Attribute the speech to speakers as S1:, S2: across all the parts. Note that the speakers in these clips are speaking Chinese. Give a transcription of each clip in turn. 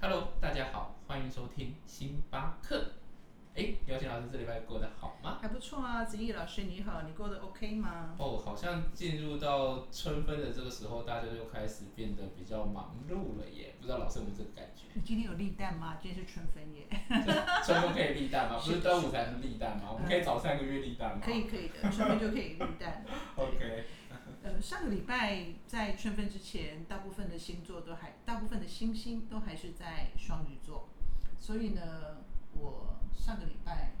S1: Hello，大家好，欢迎收听星巴克。哎，姚琴老师这礼拜过得好吗？
S2: 还不错啊，子怡老师你好，你过得 OK 吗？
S1: 哦，好像进入到春分的这个时候，大家就开始变得比较忙碌了耶。不知道老师有没有这个感 觉？
S2: 你今天有立蛋吗？今天是春分耶，
S1: 春分可以立蛋吗？不
S2: 是
S1: 是端午才能立蛋吗？我们可以早三个月立蛋吗？
S2: 可以可以的，春分就可以立蛋。
S1: OK，
S2: 呃，上个礼拜在春分之前，大部分的星座都还，大部分的星星都还是在双鱼座，所以呢，我上个礼拜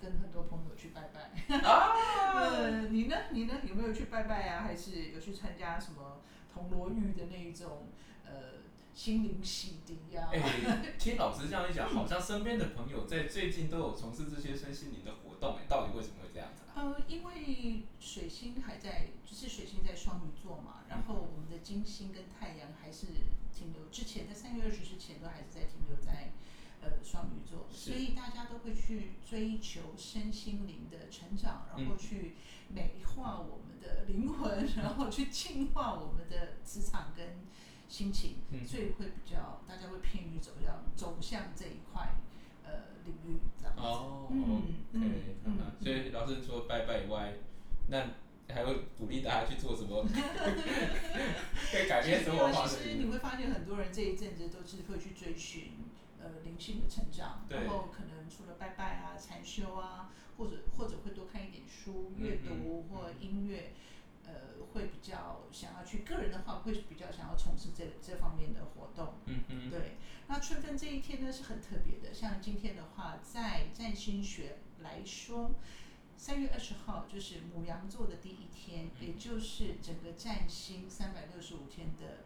S2: 跟很多朋友去拜拜。
S1: 啊
S2: 呃，你呢？你呢？有没有去拜拜啊？还是有去参加什么铜锣浴的那一种呃心灵洗涤啊呀、
S1: 哎、听老师这样一讲，好像身边的朋友在最近都有从事这些身心灵的活动，哎，到底为什么会这样子啊？
S2: 呃，因为水星还在，就是水星在双鱼座嘛，然后我们的金星跟太阳还是停留之前，在三月二十之前都还是在停留在呃双鱼座，
S1: 是
S2: 所以大家都会去追求身心灵的成长，然
S1: 嗯
S2: 后去美化我们的灵魂， 然后去净化我们的磁场跟心情，
S1: 嗯
S2: 所以会比较大家会偏于走向走向这一块呃领域这样子。
S1: 哦
S2: 嗯
S1: ，OK，
S2: 嗯嗯
S1: 嗯所以老师除了拜拜以外，那还会鼓励大家去做什么？ 可以改
S2: 其实
S1: 变生活方
S2: 其
S1: 式？
S2: 实你会发现，很多人这一阵子都是会去追寻呃灵性的成长，
S1: 对
S2: 然后可能除了拜拜啊、禅修啊，或者或者会多看一点书、阅
S1: 嗯
S2: 读或音乐，呃，会比较想要去个人的话，会比较想要从事这这方面的活动。
S1: 嗯哼，
S2: 对，那春分这一天呢是很特别的，像今天的话，在占星学来说，三月二十号就是母羊座的第一天，
S1: 嗯
S2: 也就是整个占星三百六十五天的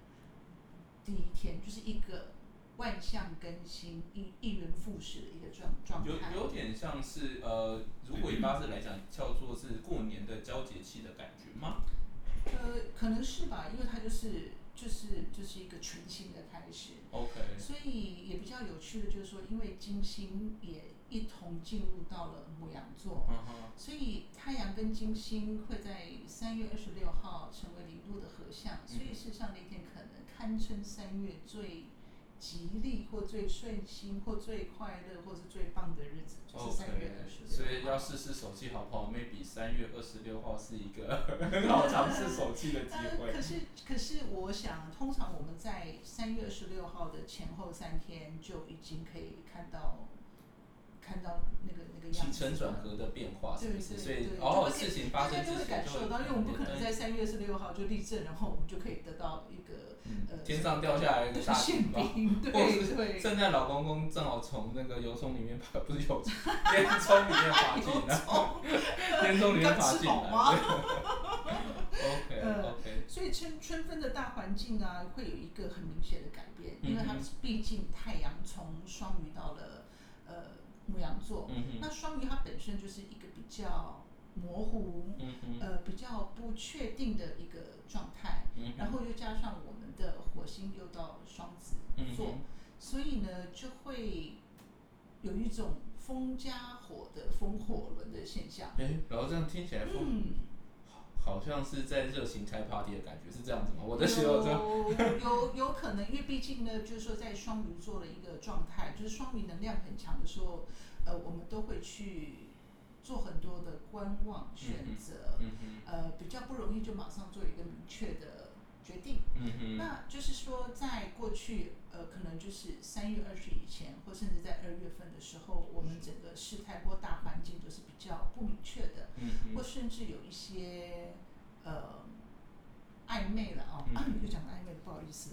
S2: 第一天，就是一个万象更新、一一元复始的一个状状
S1: 有
S2: 态。
S1: 有点像是呃，如果以八字来讲，叫做是过年的交节气的感觉吗？
S2: 呃，可能是吧，因为它就是就是就是一个全新的开始。
S1: OK，
S2: 所以也比较有趣的就是说，因为金星也一同进入到了母羊座，
S1: 嗯哼，
S2: 所以太阳跟金星会在三月二十六号成为零度的合相，所
S1: 嗯
S2: 以事实上那天可能堪称三月最吉利或最顺心或最快乐或是最棒的日子，就是三月
S1: OK，
S2: 二十六。
S1: 所以要试试手气好不好？maybe 三月二十六号是一个很好尝试手气的机
S2: 呃，
S1: 会
S2: 可。是可是，我想，通常我们在三月二十六号的前后三天就已经可以看到看到那个那个样
S1: 起
S2: 子
S1: 承转
S2: 了。
S1: 合的变化是不是？
S2: 对对
S1: 所以
S2: 对
S1: 偶
S2: 就
S1: 尔
S2: 会
S1: 事情发
S2: 大
S1: 生
S2: 家
S1: 之
S2: 就会
S1: 前
S2: 感
S1: 就会
S2: 受到，因为我们不可能
S1: 对
S2: 在三月二十六号就立正，然后我们就可以得到一个
S1: 嗯
S2: 呃
S1: 天上掉下来一 个大
S2: 馅
S1: 饼吧。
S2: 饼，对
S1: 或者是
S2: 对，
S1: 圣诞老公公正好从那个油葱里面爬，不是油葱，烟囱里面爬进来，烟囱里面爬 进
S2: 刚吃饱吗嗯
S1: 来。对 OK OK，
S2: 所以春春分的大环境啊，会有一个很明显的改变，因为它
S1: 嗯哼
S2: 毕竟太阳从双鱼到了呃母羊座，
S1: 嗯哼，
S2: 那双鱼它本身就是一个比较模糊、
S1: 嗯哼，
S2: 呃比较不确定的一个状态，
S1: 嗯哼，
S2: 然后又加上我们的火星又到双子
S1: 嗯
S2: 座，
S1: 哼，
S2: 所以呢就会有一种风加火的风火轮的现象。
S1: 哎，然后这样听起来风
S2: 嗯，
S1: 好像是在热情开 party 的感觉，是这样子吗？我的形容这
S2: 有有有可能，因为毕竟呢，就是说在双鱼座的一个状态，就是双鱼能量很强的时候，呃，我们都会去做很多的观望选择，
S1: 嗯哼，
S2: 呃，比较不容易就马上做一个明确的决定。
S1: 嗯哼，
S2: 那就是说，在过去，呃，可能就是三月二十以前，或甚至在二月份的时候，我们整个事态或大环境都是比较不明确的，
S1: 嗯
S2: 或
S1: 哼，
S2: 甚至有一些呃暧昧了哦，
S1: 嗯
S2: 啊，又讲到暧昧了，不好意 思，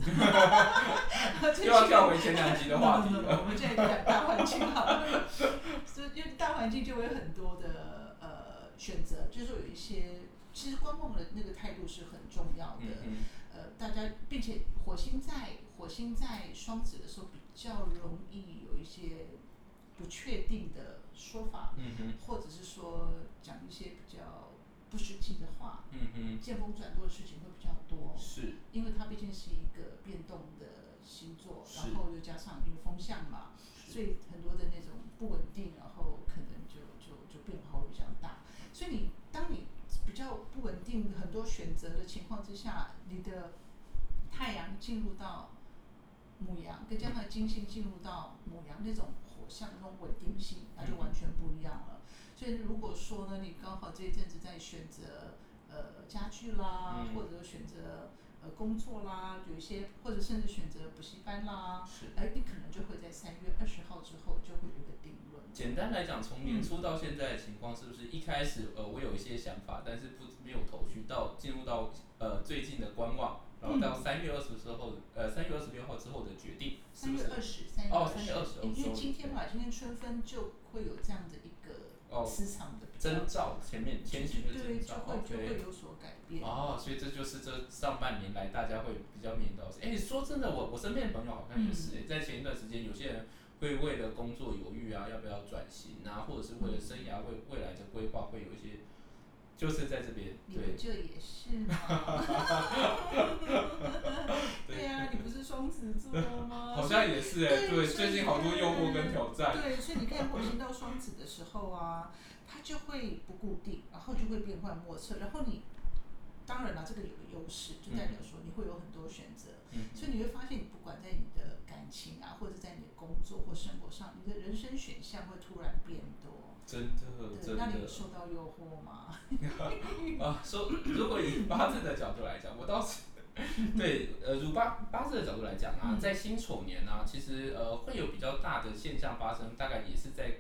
S1: 又要跳回前两集的话题
S2: No, no, no,
S1: 了。
S2: 我们现在讲大环境好了，所以因为大环境就会有很多的呃选择，就是说有一些其实观望的那个态度是很重要的。
S1: 嗯哼，
S2: 呃，大家，并且火星在火星在双子的时候，比较容易有一些不确定的说法，
S1: 嗯哼，
S2: 或者是说讲一些比较不实际的话，
S1: 嗯哼，
S2: 见风转舵的事情会比较多，
S1: 是，
S2: 因为它毕竟是一个变动的星座，
S1: 是
S2: 然后又加上因为风向嘛，所以很多的那种不稳定，然后可能就就就变化会比较大。所以你当你比较不稳定、很多选择的情况之下，你的太阳进入到母羊，再加上金星进入到母羊那种火象那种稳定性，那就完全不一样了。所以如果说呢，你刚好这一阵子在选择呃家具啦，
S1: 嗯
S2: 或者选择呃工作啦，有一些或者甚至选择补习班啦，
S1: 是。
S2: 哎，你可能就会在三月二十号之后就会有一个定论。
S1: 简单来讲，从年
S2: 嗯
S1: 初到现在的情况，是不是一开始呃我有一些想法，但是不没有头绪，到进入到呃最近的观望，然后到
S2: 嗯
S1: 三月二十之后，呃三月二十六号之后的决定，是
S2: 三
S1: 不
S2: 月
S1: 是？
S2: 二十，三月
S1: 哦
S2: 20
S1: 3月20
S2: 因为
S1: 哦
S2: 今天嘛，今天春分就会有这样的一个
S1: 哦
S2: 磁场的比较
S1: 征兆前面前行的
S2: 对，
S1: 征
S2: 就
S1: 兆
S2: 会就
S1: ，OK。
S2: 会有所改变。
S1: 哦，所以这就是这上半年来大家会比较面到是，哎、说真的，我我身边的朋友好像也是、哎
S2: 嗯
S1: 在前一段时间，有些人会为了工作犹豫啊，要不要转型啊，或者是为了
S2: 嗯
S1: 生涯未未来的规划，会有一些，就是在这边
S2: 你
S1: 对
S2: 不就也是 吗？对呀、你不是双子座吗？
S1: 好像也是哎、
S2: 对
S1: 对，
S2: 所以
S1: 最近好多诱惑跟挑战，
S2: 对，所以你看火星到双子的时候啊，它就会不固定，然后就会变幻莫测。然后你，当然了，这个有个优势，就代表说你会有很多选择。
S1: 嗯，
S2: 所以你会发现，你不管在你的感情啊，或者在你的工作或生活上，你的人生选项会突然变多。
S1: 真的
S2: 对，
S1: 真
S2: 那你有
S1: 的
S2: 受到诱惑吗？
S1: 啊，说如果以八字的角度来讲，我倒 是对呃，如八八字的角度来讲啊，
S2: 嗯
S1: 在辛丑年呢、啊，其实呃会有比较大的现象发生，大概也是在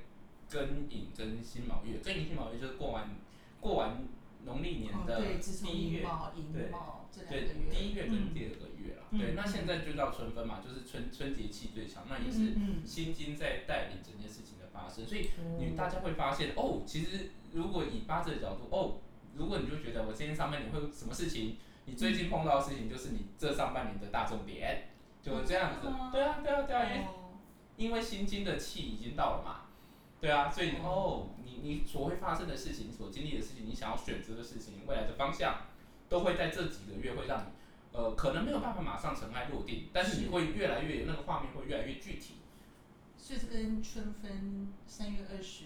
S1: 庚寅跟辛卯月，庚寅辛卯月就是过完过完农历年
S2: 哦，
S1: 的
S2: 对，自
S1: 第
S2: 从
S1: 一
S2: 寅
S1: 月，
S2: 卯、寅
S1: 对
S2: 卯这两
S1: 对
S2: 个月，
S1: 第一月跟
S2: 嗯
S1: 第二个月啦，
S2: 嗯
S1: 对，那
S2: 嗯
S1: 现在就到春分嘛，就是春春节气最强，那也是
S2: 嗯
S1: 心经在带领整件事情的发生，所以
S2: 嗯
S1: 你大家会发现哦，其实如果以八字的角度哦，如果你就觉得我今天上半年会有什么事情，你最近碰到的事情就是你这上半年的大重点，就这样子
S2: 真的吗。
S1: 对啊，对啊，对啊，因为
S2: 哦
S1: 因为心经的气已经到了嘛，对啊，所以
S2: 嗯
S1: 哦，你你所会发生的事情，你所经历的事情，你想要选择的事情，未来的方向，都会在这几个月会让你呃，可能没有办法马上尘埃落定，但是你
S2: 是
S1: 会越来越有那个画面会越来越具体。
S2: 所以这跟春分三月二十，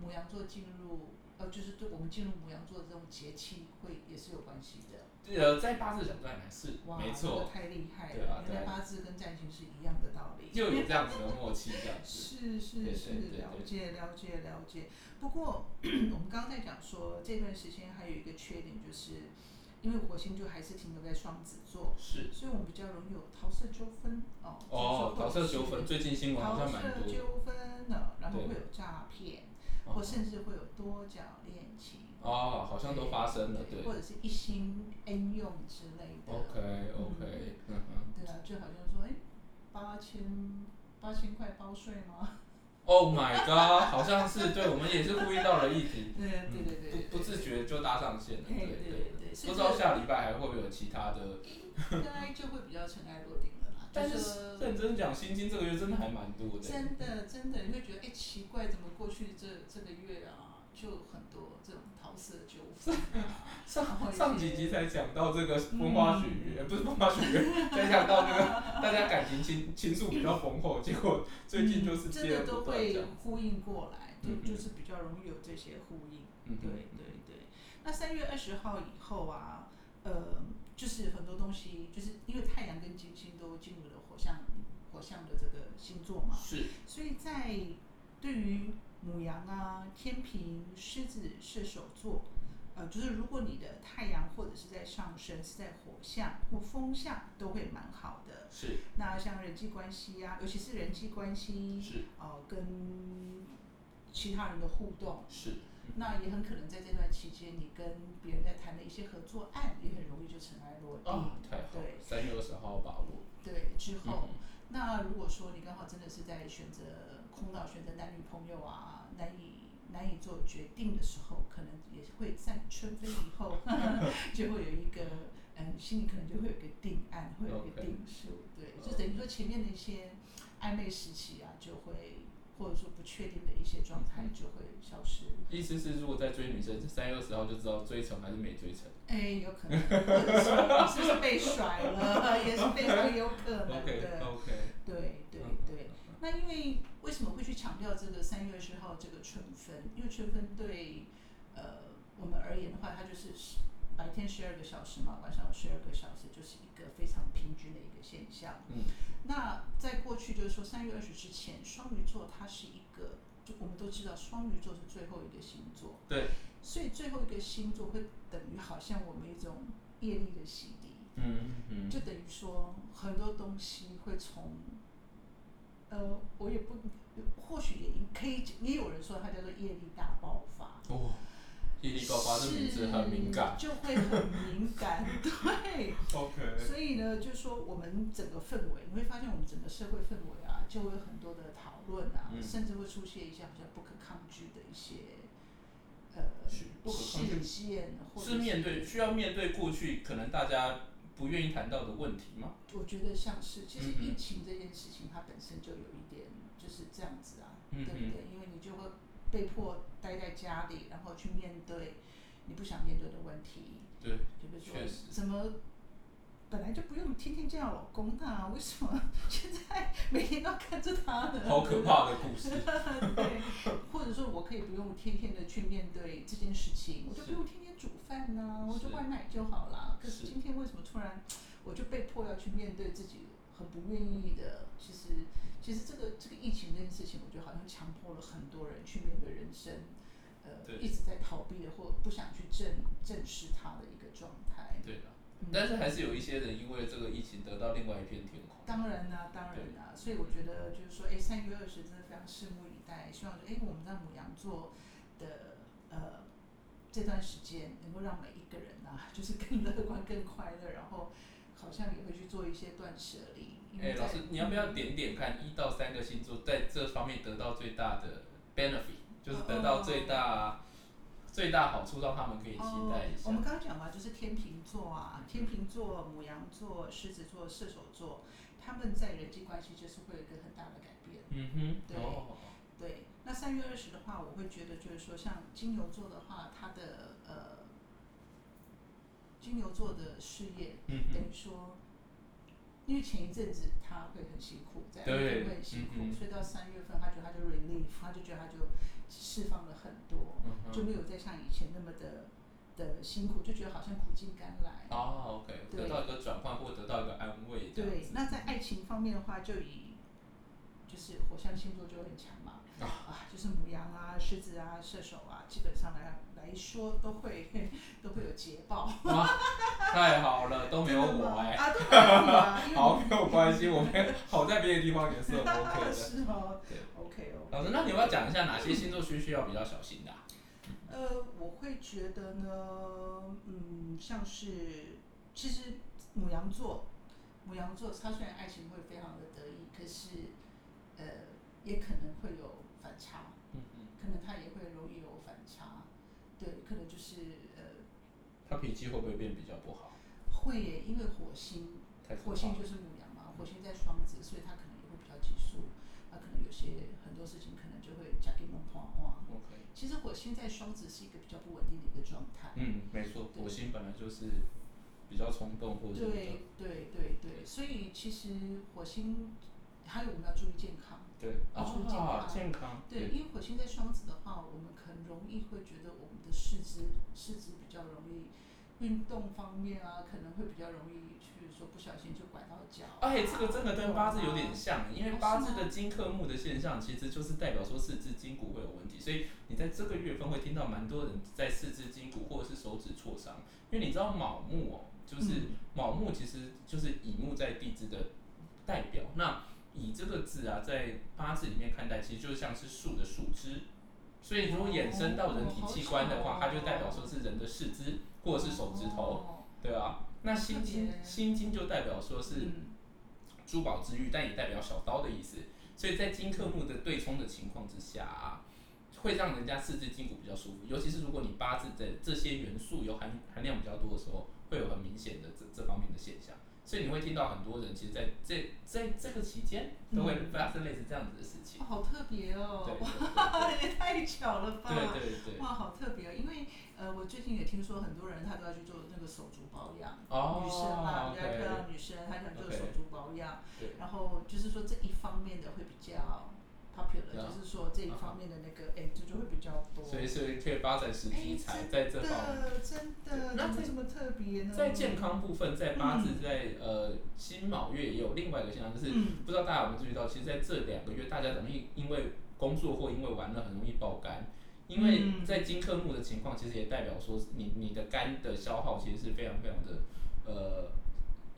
S2: 母羊座进入，呃，就是对我们进入母羊座的这种节气会也是有关系的。
S1: 呃，在八字的角度来讲是
S2: 哇，
S1: 没
S2: 这
S1: 错
S2: 个，太厉害
S1: 对啊
S2: 了，
S1: 对
S2: 原
S1: 啊
S2: 来八字跟占星是一样的道理。
S1: 又有这样子的默契，这样子。
S2: 是
S1: 对
S2: 是是
S1: 对对，
S2: 了解了解了解。不过 我们刚刚在讲说这段时间还有一个缺点，就是因为火星就还是停留在双子座，
S1: 是
S2: 所以我们比较容易有桃色纠纷哦。
S1: 哦，
S2: 就
S1: 桃
S2: 是说
S1: 色纠纷，最近新闻好
S2: 桃
S1: 像
S2: 色
S1: 蛮多的。
S2: 纠纷了，然后
S1: 对
S2: 会有诈骗，或
S1: 哦
S2: 甚至会有多角恋情，
S1: 哦，好像都发生了，对。
S2: 或者是一心 N 用之类的。
S1: OK OK，嗯哼。
S2: 对啊，就好像说，哎，八千八千块包税吗？
S1: Oh my god，好像是对，我们也是忽略到了议题，
S2: 对啊
S1: 嗯
S2: 对对对对，
S1: 不不自觉就搭上线了，
S2: 对
S1: 对
S2: 对
S1: 对。
S2: 对对，
S1: 不
S2: 所以
S1: 知道下礼拜还会不会有其他的，
S2: 这个应该就会比较尘埃落定了啦。
S1: 但
S2: 就是说
S1: 认真讲，新经这个月真的还蛮多的。
S2: 真的真的，你会觉得，哎，奇怪，怎么过去这这个月啊，就很多这种桃色纠纷啊。然后
S1: 上上
S2: 一些
S1: 几集才讲到这个风花雪
S2: 嗯
S1: 月，呃不是风花雪月，才讲到这个大家感情情情愫比较丰厚，结果最近就是
S2: 嗯真
S1: 接
S2: 的
S1: 二
S2: 都
S1: 不断这
S2: 会
S1: 样。
S2: 呼应过来，就
S1: 嗯嗯
S2: 就是比较容易有这些呼应。
S1: 嗯
S2: 对
S1: 哼
S2: 对对。那三月二十号以后啊，呃，就是很多东西，就是因为太阳跟金星都进入了火象火象的这个星座嘛，
S1: 是
S2: 所以在对于母羊啊、天平、狮子、射手座，呃，就是如果你的太阳或者是在上升是在火象或风象，都会蛮好的。
S1: 是
S2: 那像人际关系啊，尤其是人际关系，
S1: 是
S2: 呃，跟其他人的互动，
S1: 是，
S2: 那也很可能在这段期间，你跟别人在谈的一些合作案，也很容易就尘埃落定。
S1: 啊，太好了
S2: 对，
S1: 三月二十号把握。
S2: 对，之后，
S1: 嗯
S2: 那如果说你刚好真的是在选择空到选择男女朋友啊，难以难以做决定的时候，可能也会在春分以后 就会有一个。嗯，心里可能就会有一个定案，会有一
S1: OK 嗯
S2: 个定数对，就等于说前面的一些暧昧时期啊，就会或者说不确定的一些状态
S1: 嗯
S2: 就会消失。
S1: 意思是，如果在追女生，三月二十号就知道追成还是没追成。
S2: 哎，有可能， 或者说是不是被甩了， 也是非常有可能
S1: OK
S2: 的。
S1: OK，
S2: 对对对。那因为为什么会去强调这个三月二十号这个春分？因为春分对呃我们而言的话，它就是十白天十二个小时嘛，晚上有十二个小时，就是一个非常平均的一个现象。
S1: 嗯。
S2: 那在过说三月二十之前，双鱼座它是一个，就我们都知道双鱼座是最后一个星座，
S1: 对，
S2: 所以最后一个星座会等于好像我们一种业力的洗礼，
S1: 嗯嗯
S2: 就等于说很多东西会从，呃，我也不，或许也可以，也有人说它叫做业力大爆发，
S1: 哦，霹雳爆发这名字很敏感。
S2: 是就会很敏感， 对。
S1: OK，
S2: 所以呢，就是说我们整个氛围，你会发现我们整个社会氛围啊，就会有很多的讨论啊，
S1: 嗯
S2: 甚至会出现一些好像不可抗拒的一些呃
S1: 是不可抗拒
S2: 事件，或者
S1: 是面对需要面对过去可能大家不愿意谈到的问题吗？
S2: 我觉得像是，其实
S1: 嗯嗯
S2: 疫情这件事情它本身就有一点就是这样子啊，
S1: 嗯嗯
S2: 对不对？因为你就会被迫待在家里，然后去面对你不想面对的问题，
S1: 对，
S2: 就比如说
S1: 确实
S2: 怎么。本来就不用天天见到老公的、啊，为什么 现在每天都要看着他呢？
S1: 好可怕的故事。
S2: 对，或者说我可以不用天天的去面对这件事情，我就是不用天天煮饭呐、我就是外卖就好啦。可
S1: 是
S2: 是今天为什么突然我就被迫要去面对自己很不愿意的？其实，其实这个这个疫情这件事情，我觉得好像强迫了很多人去面对人生，呃，
S1: 对
S2: 一直在逃避的或不想去正正视它的一个状态。
S1: 对的，
S2: 嗯
S1: 但是还是有一些人因为这个疫情得到另外一片天空。
S2: 当然啦、当然啦、所以我觉得就是说，哎，三月二十真的非常拭目以待，希望说，哎，我们在母羊座的呃这段时间，能够让每一个人啊， 就是更乐观、更快乐，然后好像也会去做一些断舍离。因
S1: 哎、
S2: 为
S1: 老
S2: 在嗯
S1: 师，你要不要？点点看一到三个星座在这方面得到最大的 benefit，就是得到最大、最大好处，让他们可以期待一
S2: 哦，
S1: 下。嗯
S2: 我们刚刚讲嘛，就是天秤座啊，天秤座、母羊座、狮子座、射手座，他们在人际关系就是会有一个很大的改变。
S1: 嗯哼，
S2: 对
S1: 哦，
S2: 对，那三月二十的话，我会觉得就是说，像金牛座的话，它的呃，金牛座的事业，
S1: 嗯
S2: 等
S1: 哼，
S2: 于说，因为前一阵子他会很辛苦，在
S1: 对
S2: 月份会很辛苦，
S1: 嗯嗯
S2: 所以到三月份，他觉得他就 relief，他就觉得他就释放了很多，
S1: 嗯
S2: 就
S1: 哼，
S2: 没有再像以前那么的的辛苦，就觉得好像苦尽甘来。
S1: 哦，OK，得
S2: 对
S1: 到一个转换或得到一个安慰，这样
S2: 对
S1: 子，。
S2: 那在爱情方面的话，就以就是火象星座就会很强嘛，
S1: 啊
S2: 啊，就是母羊啊、狮子啊、射手啊，基本上来来说都会 都会有捷报，
S1: 哇，太好了，都没有我哎、
S2: 啊，都没有你啊，因 为
S1: 好没有关系，我们好在别的地方也是很 OK
S2: 你
S1: 的。
S2: 是哦
S1: 对
S2: ，OK 哦，
S1: 老师，那你要不要讲一下哪些星座需需要比较小心的、啊？
S2: 呃，我会觉得呢，嗯，像是其实母羊座，母羊座它虽然爱情会非常的得意，可是呃，也可能会有反差。
S1: 嗯嗯，
S2: 可能他也会容易有反差，对，可能就是呃
S1: 他脾气会不会变比较不好？
S2: 会耶，因为火星，
S1: 太可
S2: 火
S1: 怕
S2: 星
S1: 了。嗯
S2: 就是母羊嘛，火星在双子，所以他可能也会比较急速，他可能有些很多事情可能就会假给弄晃晃。
S1: OK，
S2: 其实火星在双子是一个比较不稳定的一个状态，
S1: 嗯，没错，
S2: 对
S1: 火星本来就是比较冲动或者是比较
S2: 对对对对，所以其实火星还有我们要注意健康。
S1: 对
S2: 要注意健
S1: 啊，
S2: 康
S1: 健康
S2: 对，因为火星在双子的话，我们很容易会觉得我们的四肢四肢比较容易运动方面啊，可能会比较容易去说不小心就拐到脚、
S1: 哎，这个真的跟八字有点
S2: 像。
S1: 像，因为
S2: 哦
S1: 八
S2: 是
S1: 字
S2: 吗
S1: 的金克木的现象，其实就是代表说四肢筋骨会有问题，所以你在这个月份会听到蛮多人在四肢筋骨或者是手指挫伤，因为你知道卯木哦，就是
S2: 嗯
S1: 卯木其实就是乙木在地支的代表，那乙这个字啊，在八字里面看待，其实就像是树的树枝。所以，如果衍生到人体
S2: 哦好
S1: 器官的话，
S2: 巧
S1: 它就代表
S2: 哦
S1: 说是人的四肢或者是手指头，
S2: 哦，
S1: 对啊。那心经
S2: 特别
S1: 心经就代表说是
S2: 嗯
S1: 珠宝之玉，但也代表小刀的意思。所以在金克木的对冲的情况之下、啊，会让人家四肢筋骨比较舒服。尤其是如果你八字的这些元素有含含量比较多的时候，会有很明显的这这方面的现象。所以你会听到很多人，其实在这在这个期间都
S2: 嗯
S1: 会发生类似这样子的事情
S2: 哦。好特别哦
S1: 对，
S2: 哇，
S1: 对
S2: 也太巧了吧！
S1: 对对对 对，
S2: 哇，好特别哦，因为呃，我最近也听说很多人他都要去做那个手足保养。女生
S1: 哦
S2: 啊嘛，比较漂
S1: ，OK，
S2: 亮女生，她想做
S1: OK
S2: 手足保养
S1: 对，
S2: 然后就是说这一方面的会比较 popular，、
S1: 对啊
S2: 就是说这一
S1: 啊
S2: 方面的那个 a 这就会比较多。
S1: 所以所以可以发展实体彩
S2: 哎
S1: 在这
S2: 真
S1: 方面。
S2: 的真的，
S1: 那
S2: 怎么
S1: 在
S2: 这么特别呢？
S1: 在健康部分，在八字在呃辛卯月也有另外一个现象，就是
S2: 嗯
S1: 不知道大家有没有注意到，其实在这两个月，大家容易因为工作或因为玩乐很容易爆肝，因为
S2: 嗯
S1: 在金克木的情况，其实也代表说你你的肝的消耗其实是非常非常的呃，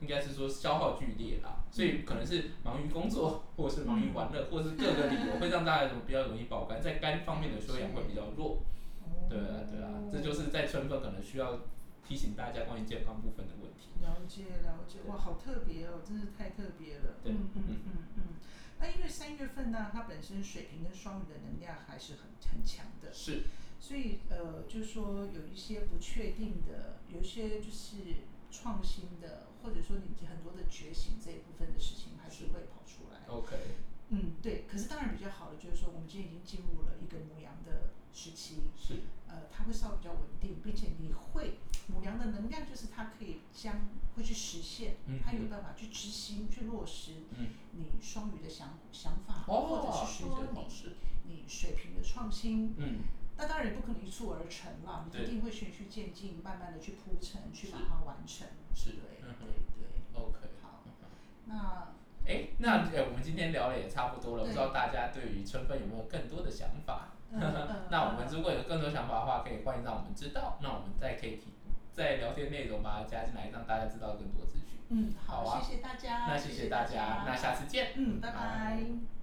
S1: 应该是说消耗剧烈啦，所以可能是忙于工作，或者是忙于玩乐，或者是各个理由，会让大家比较容易爆肝，在肝方面的修养会比较弱。
S2: 哦
S1: 对啊，对啊，这就是在春分可能需要提醒大家关于健康部分的问题。
S2: 了解了解，哇，好特别哦，真是太特别了。
S1: 对
S2: 嗯嗯嗯嗯。那因为三月份呢，它本身水瓶跟双鱼的能量还是很很强的，
S1: 是，
S2: 所以呃，就是说有一些不确定的，有一些就是创新的，或者说你很多的觉醒这一部分的事情，还是会跑出来。
S1: OK，
S2: 嗯，对。可是当然比较好的就是说，我们今天已经进入了一个母羊的时期，
S1: 是
S2: 呃，它会稍微比较稳定，并且你会母羊的能量就是它可以将会去实现
S1: 嗯，
S2: 它有办法去执行、去落实
S1: 嗯
S2: 你双鱼的想想法，或者
S1: 哦，
S2: 是说
S1: 件好
S2: 你
S1: 事。
S2: 你水平的创新。
S1: 嗯，
S2: 那当然也不可能一蹴而成啦，你
S1: 对
S2: 一定会循序渐进，慢慢的去铺陈，去
S1: 是
S2: 把它完成。
S1: 是
S2: 对
S1: 嗯哼嗯
S2: 对
S1: OK。
S2: 对，好。那
S1: 哎，那呃我们今天聊的也差不多了，不
S2: 对
S1: 知道大家对于春分有没有更多的想法？
S2: 嗯嗯
S1: 那我们如果有更多想法的话，可以欢迎让我们知道，那我们再可以提在聊天内容把它加进来，让大家知道更多资讯。
S2: 嗯
S1: 好啊
S2: 好，谢谢大家，
S1: 那谢谢大家，那下次见。
S2: 嗯，
S1: 拜
S2: 拜拜